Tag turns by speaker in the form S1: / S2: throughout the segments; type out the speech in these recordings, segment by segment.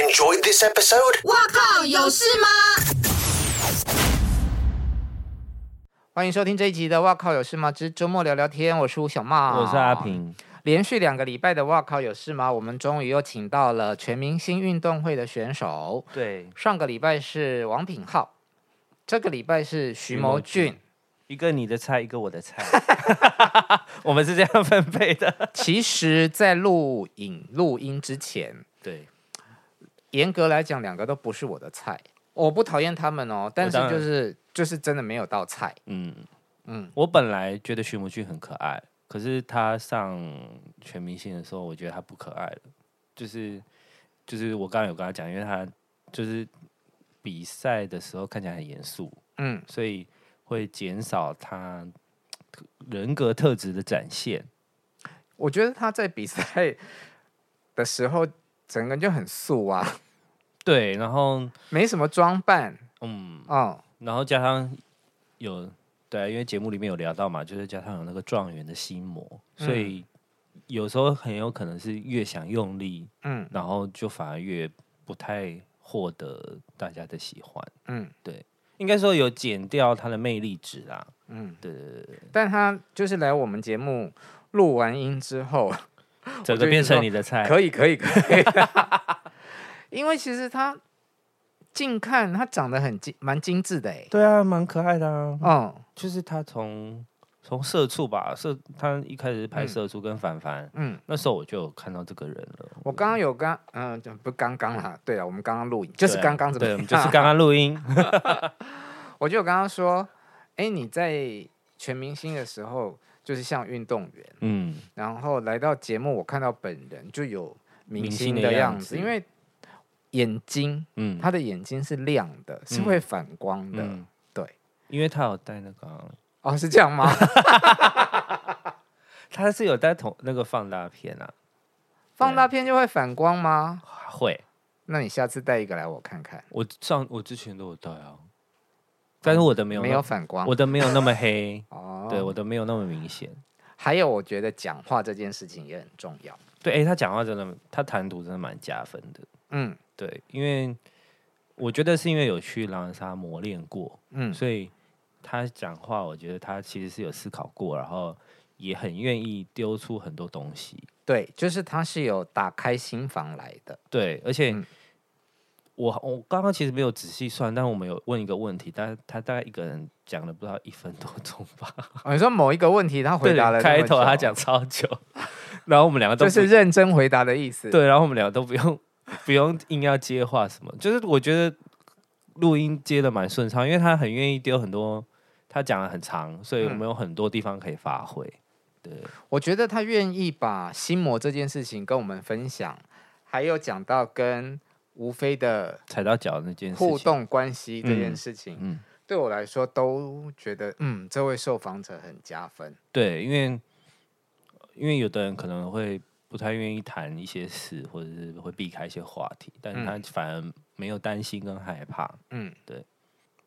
S1: enjoyed this episode?
S2: 哇靠，有事吗？
S3: 欢迎收听这一集的《哇靠有事吗》之周末聊聊天，我是吴小茂，
S4: 我是阿。平，
S3: 连续两个礼拜的《哇靠有事吗》，我们终于又请到了全明星运动会的选手。
S4: 对，
S3: 上个礼拜是王品浩，这个礼拜是徐
S4: 徐
S3: 谋
S4: 谋
S3: 俊。
S4: 一个你的菜，一个我的 菜，我们是这样分配的。
S3: 其实，在录影录音之前，
S4: 对，
S3: 严格来讲，两个都不是我的菜。我不讨厌他们哦，但是
S4: 当然
S3: 就是就是真的没有到菜。
S4: 嗯
S3: 嗯
S4: 嗯，我本来觉得徐母俊很可爱，可是他上全明星的时候，我觉得他不可爱了。就是就是我刚刚有跟他讲，因为他就是比赛的时候看起来很严肃，
S3: 嗯，
S4: 所以会减少他人格特质的展现。
S3: 我觉得他在比赛的时候，整个人就很素啊，
S4: 对，然后
S3: 没什么装扮。
S4: 嗯，
S3: 哦，
S4: 然后加上有对啊，因为节目里面有聊到嘛，就是加上有那个状元的心魔，所以有时候很有可能是越想用力，
S3: 嗯
S4: 然后就反而越不太获得大家的喜欢。
S3: 嗯
S4: 应该说有减掉他的魅力值啊啦。
S3: 嗯，
S4: 对对对，
S3: 但他就是来我们节目录完音之后， 就
S4: 整个
S3: 一
S4: 变
S3: 直
S4: 成
S3: 说
S4: 你的菜。
S3: 可以可以可以， 因为其实他近看他长得很精，蛮精致的哎，
S4: 对啊，蛮可爱的啊。
S3: 嗯
S4: 就是他从从社畜吧，社他一开始是拍
S3: 嗯
S4: 社畜跟凡凡，
S3: 嗯，
S4: 那时候我就有看到这个人了。
S3: 我刚刚有刚嗯、就不刚刚啦，对了，我们刚刚录影就是
S4: 对啊
S3: 刚刚怎么
S4: 对，
S3: 样
S4: 我们就是刚刚录音。
S3: 我就有刚刚说，哎，你在全明星的时候就是像运动员，
S4: 嗯，
S3: 然后来到节目，我看到本人就有明
S4: 明
S3: 星
S4: 星的
S3: 的
S4: 样
S3: 样子，
S4: 子
S3: 因为眼睛
S4: 嗯，
S3: 他的眼睛是亮的，是
S4: 嗯
S3: 会反光的。
S4: 嗯
S3: 对，
S4: 因为他有戴那个啊、
S3: 哦，是这样 吗？
S4: 他是有戴同那个放大片啊，
S3: 放大片就会反光吗？
S4: 会。
S3: 那你下次带一个来我看看，
S4: 我上我之前都有戴啊，但是我的没有那，
S3: 哦没有反光，
S4: 我。的没有那么黑
S3: 哦，
S4: 对，我的没有那么明显。
S3: 还有我觉得讲话这件事情也很重要。
S4: 对，哎、他讲话真的，他谈吐真的蛮加分的。
S3: 嗯
S4: 对，因为我觉得是因为有去狼人杀磨练过，
S3: 嗯
S4: 所以他讲话，我觉得他其实是有思考过，然后也很愿意丢出很多东西。
S3: 对，就是他是有打开心房来的。
S4: 对，而且
S3: 嗯
S4: 我我刚刚其实没有仔细算，但我们有问一个问题，但他大概一个人讲了不到一分多钟吧。
S3: 哦、你说某一个问题，他 回
S4: 对
S3: 答了
S4: 开
S3: 那么
S4: 头他
S3: 久，
S4: 讲超久， 然后我们两个都
S3: 就
S4: 不
S3: 是认真回答的意思。，
S4: 对，然后我们两个都不用不用硬要接话什么，就是我觉得录音接的蛮顺畅，因为他很愿意丢很多，他讲的很长，所以我
S3: 嗯
S4: 们有很多地方可以发挥。
S3: 我觉得他愿意把心魔这件事情跟我们分享，还有讲到跟吴飞的
S4: 踩到脚那件事情，
S3: 互动关系这件
S4: 嗯
S3: 事情，
S4: 嗯
S3: 对我来说都觉得，嗯，这位受访者很加分。
S4: 对，因为因为有的人可能会不太愿意谈一些事，或者是会避开一些话题，但是他反而没有担心跟害怕。
S3: 嗯，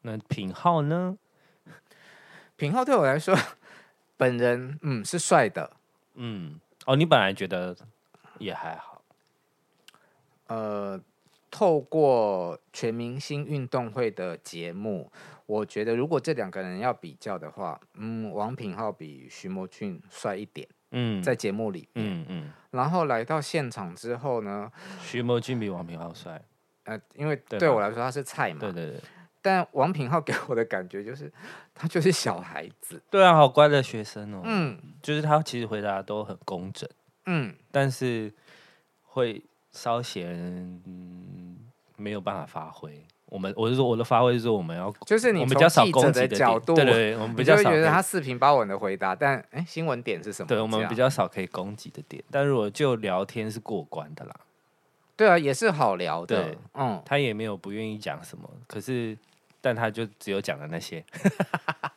S4: 那品浩呢？
S3: 品浩对我来说，本人嗯是帅的，
S4: 嗯，哦，你本来觉得也还好，
S3: 呃，透过全明星运动会的节目，我觉得如果这两个人要比较的话，嗯，王品浩比徐谋俊帅一点，
S4: 嗯，
S3: 在节目里面。
S4: 嗯嗯，
S3: 然后来到现场之后呢，
S4: 徐谋俊比王品浩帅，
S3: 呃，因为
S4: 对
S3: 对
S4: 吧
S3: 我来说他是菜嘛，
S4: 对对对，
S3: 但王品浩给我的感觉就是他就是小孩子，
S4: 对啊，好乖的学生哦，
S3: 嗯
S4: 就是他其实回答都很工整，
S3: 嗯。
S4: 但是会稍显、嗯、没有办法发挥。我们我是说我的发挥是说我们要
S3: 就是你
S4: 我们
S3: 从
S4: 比较少
S3: 记者
S4: 攻击
S3: 的
S4: 点
S3: 角度
S4: 对对对，我们比
S3: 你
S4: 较
S3: 就会
S4: 少
S3: 觉得
S4: 可以
S3: 他四平八稳的回答，但哎，新闻点是什么？
S4: 对我
S3: 这
S4: 们
S3: 样
S4: 比较少可以攻击的点，但如果就聊天是过关的啦，
S3: 对啊，也是好聊的
S4: 对。
S3: 嗯，
S4: 他也没有不愿意讲什么，可是但他就只有讲了那些，
S3: 嗯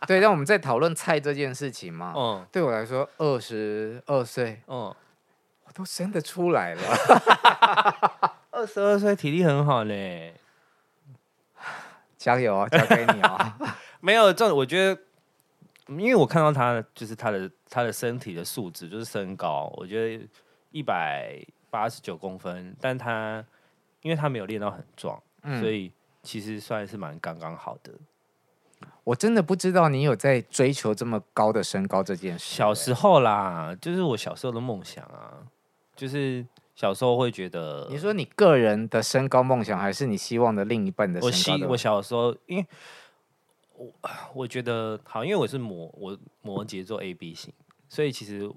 S3: 对。让我们在讨论菜这件事情嘛。
S4: 嗯
S3: 对我来说，二十二岁
S4: 嗯，
S3: 我都生得出来了，
S4: 二十二岁体力很好嘞，
S3: 加油啊，交给你 啊。
S4: 没有这种我觉得，嗯因为我看到他就是他的他的身体的素质就是身高，我觉得一百八十九公分，但他因为他没有练到很壮，
S3: 嗯
S4: 所以其实算是蛮刚刚好的。
S3: 我真的不知道你有在追求这么高的身高这件事。
S4: 小时候啦，就是我小时候的梦想啊，就是小时候会觉得，
S3: 你说你个人的身高梦想，还是你希望的另一半的
S4: 我
S3: 身
S4: 希
S3: 高
S4: 我
S3: 的？
S4: 小时候，因为我我觉得好，因为我是摩我摩羯座 A B 型，所以其实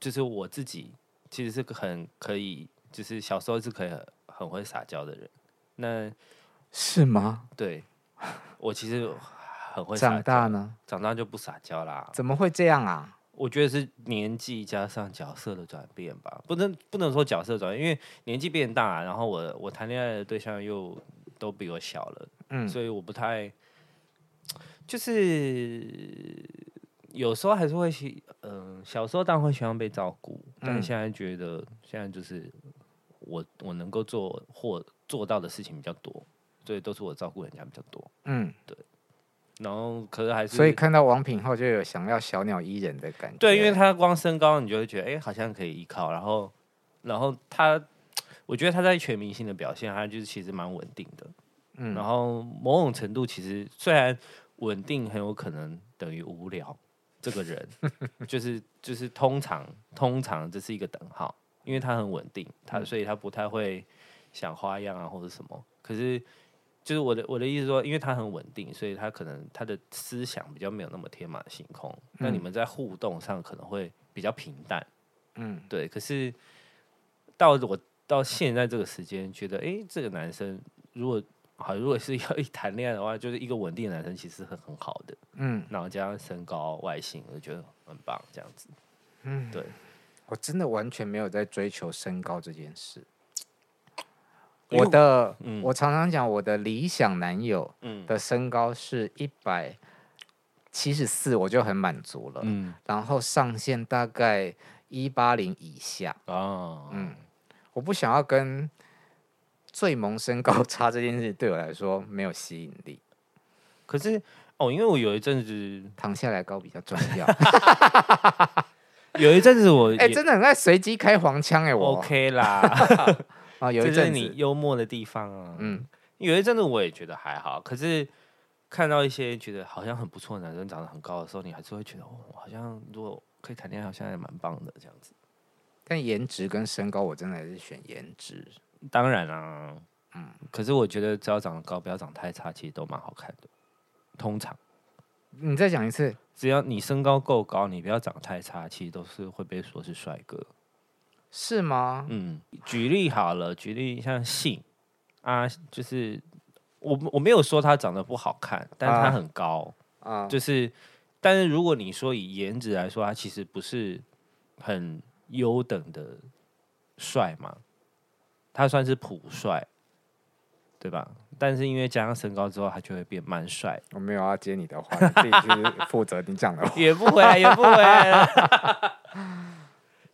S4: 就是我自己其实是个很可以，就是小时候是可以很很会撒娇的人。那
S3: 是吗？
S4: 对我其实很会撒
S3: 长大
S4: 娇，
S3: 呢？
S4: 长大就不撒娇啦。
S3: 怎么会这样啊？
S4: 我觉得是年纪加上角色的转变吧，不能不能说角色转变，因为年纪变大，然后我我谈恋爱的对象又都比我小了，
S3: 嗯
S4: 所以我不太，就是有时候还是会喜，嗯、小时候当然会希望被照顾，但
S3: 嗯
S4: 现在觉得现在就是我我能够做或做到的事情比较多，所以都是我照顾人家比较多，
S3: 嗯，
S4: 然后可是还是
S3: 所以看到王品后就有想要小鸟依人的感觉。
S4: 对，因为他光身高，你就会觉得哎、诶好像可以依靠。然后，然后他，我觉得他在全明星的表现，他就是其实蛮稳定的。
S3: 嗯
S4: 然后某种程度，其实虽然稳定很有可能等于无聊，这个人就是就是通常通常这是一个等号，因为他很稳定，他所以他不太会想花样啊或者什么。可是就是我的我的意思说，因为他很稳定，所以他可能他的思想比较没有那么天马行空。那你们在互动上可能会比较平淡，
S3: 嗯，
S4: 对。可是到我到现在这个时间，觉得哎、诶这个男生如果好，如果是要一谈恋爱的话，就是一个稳定的男生其实很很好的，
S3: 嗯，
S4: 然后加上身高外形，我觉得很棒，这样子。
S3: 我真的完全没有在追求身高这件事。
S4: 因为
S3: 我的，
S4: 嗯
S3: 我常常讲我的理想男友
S4: 嗯
S3: 的身高是一百七十四，我就很满足了。
S4: 嗯
S3: 然后上限大概一八零以下，
S4: 哦嗯
S3: 我不想要跟最萌身高差这件事对我来说没有吸引力，
S4: 可是哦，因为我有一阵子，
S3: 躺下来高比较重 要。
S4: 有一阵子我
S3: 哎、
S4: 也
S3: 真的很爱随机开黄腔哎、我
S4: OK 啦，
S3: 啊，有
S4: 这
S3: 一
S4: 是
S3: 阵
S4: 你
S3: 子，
S4: 幽默的地方啊。
S3: 嗯，
S4: 有一阵子我也觉得还好，可是看到一些觉得好像很不错的男生长得很高的时候，你还是会觉得哦，好像如果可以谈恋爱，好像也蛮棒的这样子。
S3: 但颜值跟身高，我真的还是选颜值。
S4: 当然啦、嗯，可是我觉得只要长得高，不要长太差，其实都蛮好看的。通常
S3: 你再讲一次，
S4: 只要你身高够高，你不要长得太差，其实都是会被说是帅哥。
S3: 是吗？
S4: 嗯，举例好了，举例像信啊，就是我我没有说他长得不好看，但是他
S3: 啊
S4: 很高，
S3: 啊、
S4: 就是，但是如果你说以颜值来说，他其实不是很优等的帅嘛，他算是普帅，对吧？但是因为加上身高之后，他就会变 蛮帅，
S3: 我没有要接你的话，你自己去负责你讲的话。
S4: 也不回来，也不回来了。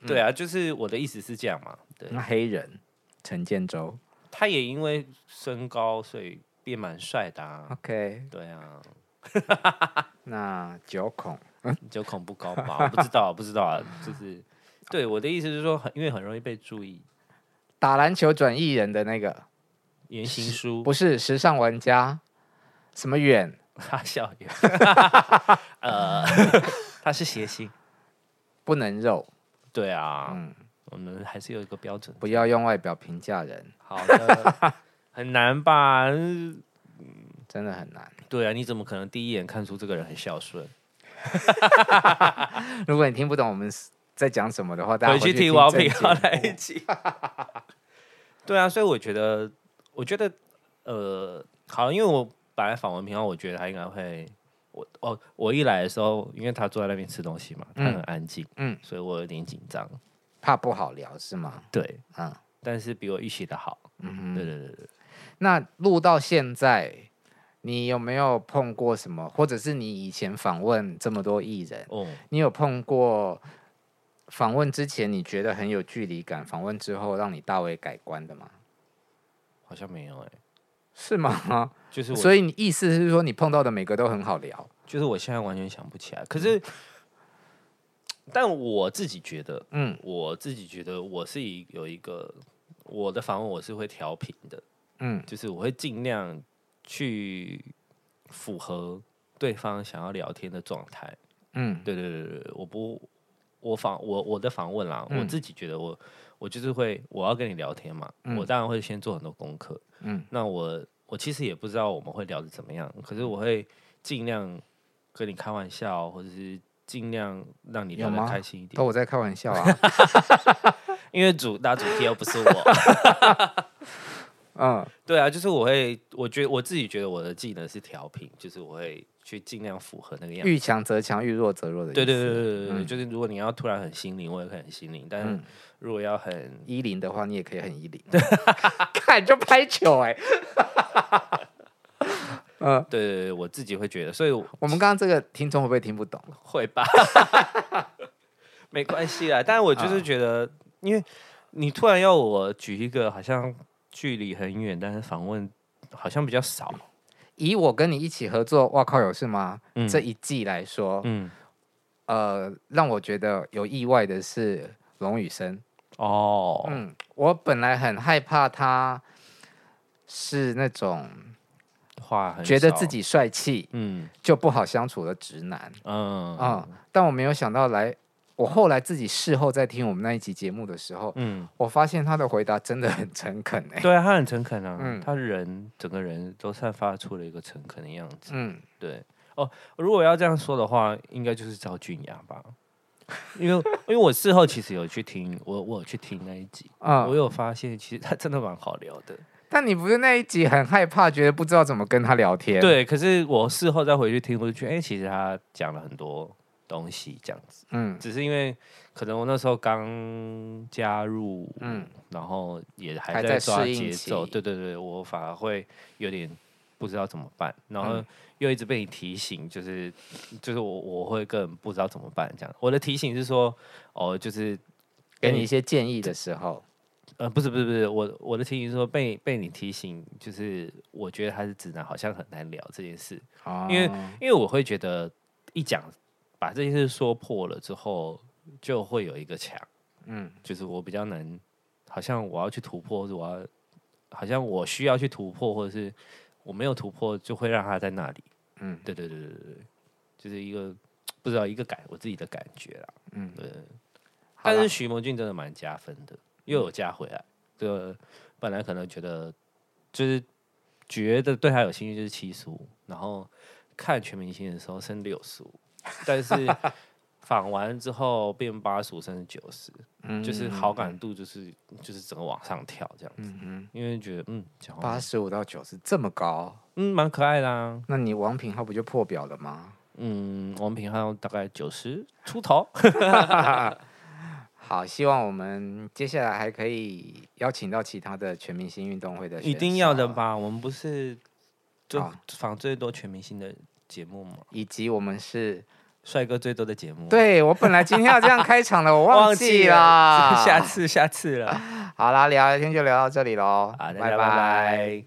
S4: 对啊，就是我的意思是这样嘛。对，
S3: 那黑人陈建州
S4: 他也因为身高，所以变蛮帅的啊。
S3: ，OK，
S4: 对啊，
S3: 那九孔
S4: 就恐怖高 吧，我不知道，不知道啊，就是 对我的意思是说很，因为很容易被注意。
S3: 打篮球转艺人的那个，
S4: 言行书
S3: 不是时尚玩家，什么远
S4: 他笑 园，呃， 他是谐星，
S3: 不能肉，
S4: 对啊，
S3: 嗯
S4: 我们还是有一个标准。
S3: 不要用外表评价人，
S4: 好的，很难吧？
S3: 真的很难。
S4: 对啊，你怎么可能第一眼看出这个人很孝顺？
S3: 如果你听不懂我们在讲什么的话，大家
S4: 回去
S3: 听
S4: 王
S3: 这一
S4: 品
S3: 集
S4: 浩来一集。 对啊，所以我觉得，我觉得，呃，好，因为我本来访问平浩，我觉得他应该会，我哦，我一来的时候，因为他坐在那边吃东西嘛，他很安静，
S3: 嗯
S4: 所以我有点紧张。
S3: 怕不好聊是吗？
S4: 对，
S3: 啊，
S4: 但是比我预期的好。嗯，对对对对，
S3: 那录到现在，你有没有碰过什么？或者是你以前访问这么多艺人，
S4: 哦，
S3: 你有碰过访问之前你觉得很有距离感，访问之后让你大为改观的吗？
S4: 好像没有哎、
S3: 是吗？
S4: 就是我，
S3: 所以你意思是说你碰到的每个都很好聊？
S4: 就是我现在完全想不起来。可是，但我自己觉得，
S3: 嗯
S4: 我自己觉得我是一有一个我的访问我是会调频的，
S3: 嗯
S4: 就是我会尽量去符合对方想要聊天的状态。
S3: 嗯，
S4: 对对对对对，我不，我访我我的访问啦，我
S3: 嗯
S4: 自己觉得我我就是会，我要跟你聊天嘛，我
S3: 嗯
S4: 当然会先做很多功课。
S3: 嗯，
S4: 那我我其实也不知道我们会聊的怎么样，可是我会尽量跟你开玩笑，或者是尽量让你
S3: 有
S4: 聊得
S3: 吗
S4: 开心一点
S3: 都。我在开玩笑啊，
S4: 因为主打主题又不 是我，
S3: 嗯
S4: 对啊，就是我会，我觉得我自己觉得我的技能是调频，就是我会去尽量符合那个样子。
S3: 遇强则强，遇弱则弱的意思。
S4: 对对对对对对，
S3: 嗯
S4: 就是如果你要突然很心灵，我也可以很心灵；但是
S3: 嗯
S4: 如果要很
S3: 一零的话，你也可以很一零， 看就拍球哎、
S4: 对对对，我自己会觉得，所以我
S3: 我们刚刚这个听众会不会听不懂？
S4: 会吧， 没关系啦。但是我
S3: 啊
S4: 就是觉得，因为你突然要我举一个好像距离很远，但是访问好像比较少，
S3: 以我跟你一起合作，哇靠，有事吗？
S4: 嗯
S3: 这一季来说，
S4: 嗯，
S3: 呃，让我觉得有意外的是龙雨生。
S4: 哦，
S3: 嗯，我本来很害怕他是那种
S4: 话很
S3: 觉得
S4: 少
S3: 自，己帅气
S4: 嗯
S3: 就不好相处的直男
S4: 嗯
S3: 啊、嗯但我没有想到来，我后来自己事后在听我们那一集节目的时候，
S4: 嗯，
S3: 我发现他的回答真的很诚恳哎、
S4: 对啊，他很诚恳啊，
S3: 嗯
S4: 他人整个人都散发出了一个诚恳的样子。
S3: 嗯，
S4: 对哦，如果要这样说的话，应该就是赵俊雅吧，因为因为我事后其实有去听，我我有去听那一集，
S3: 啊、
S4: 我有发现其实他真的蛮好聊的。
S3: 但你不是那一集很害怕，觉得不知道怎么跟他聊天？，
S4: 对，可是我事后再回去听，我就觉得哎、其实他讲了很多东西，这样子，
S3: 嗯
S4: 只是因为可能我那时候刚加入，
S3: 嗯，
S4: 然后也还
S3: 还
S4: 在
S3: 在
S4: 抓
S3: 适应
S4: 节奏，
S3: 期
S4: 对对对，我反而会有点不知道怎么办，然后
S3: 嗯
S4: 又一直被你提醒，就是就是我我会更不知道怎么办这样。我的提醒是说，哦，就是
S3: 给你一些建议的时候，
S4: 呃，不是不是不是，我我的提醒是说被被你提醒，就是我觉得他是直男，好像很难聊这件事，
S3: 哦
S4: 因为因为我会觉得一讲把这件事说破了之后，就会有一个墙。
S3: 嗯
S4: 就是我比较难，好像我要去突破，或者我要，好像我需要去突破，或者是我没有突破，就会让他在那里。
S3: 嗯
S4: 对对对对对，对就是一个不知道一个感我自己的感觉啦。
S3: 嗯，
S4: 对。
S3: 好
S4: 但
S3: 啦
S4: 是徐萌俊真的蛮加分的，又有加回来。对，本来可能觉得就是觉得对他有兴趣就是七十五，然后看全明星的时候升六十五，但是访完之后变八十五升九十，
S3: 嗯
S4: 就是好感度就是就是整个往上跳这样子，
S3: 嗯
S4: 因为觉得嗯讲
S3: 哼，
S4: 话
S3: 八十五到九十这么高，
S4: 嗯蛮可爱的啊，
S3: 那你王品浩不就破表了吗？
S4: 嗯，王平浩大概九十出 头，
S3: 好，希望我们接下来还可以邀请到其他的全明星运动会的，
S4: 一定要
S3: 啊
S4: 的？吧？我们不是最
S3: 好
S4: 访最多全明星的节目吗？
S3: 以及我们是，
S4: 帅哥最多的节目，，
S3: 对我本来今天要这样开场了，我
S4: 忘
S3: 记
S4: 了，
S3: 啦。
S4: 下次下次了，
S3: 好啦，聊天就聊到这里喽，
S4: 好，大
S3: 拜
S4: 家拜拜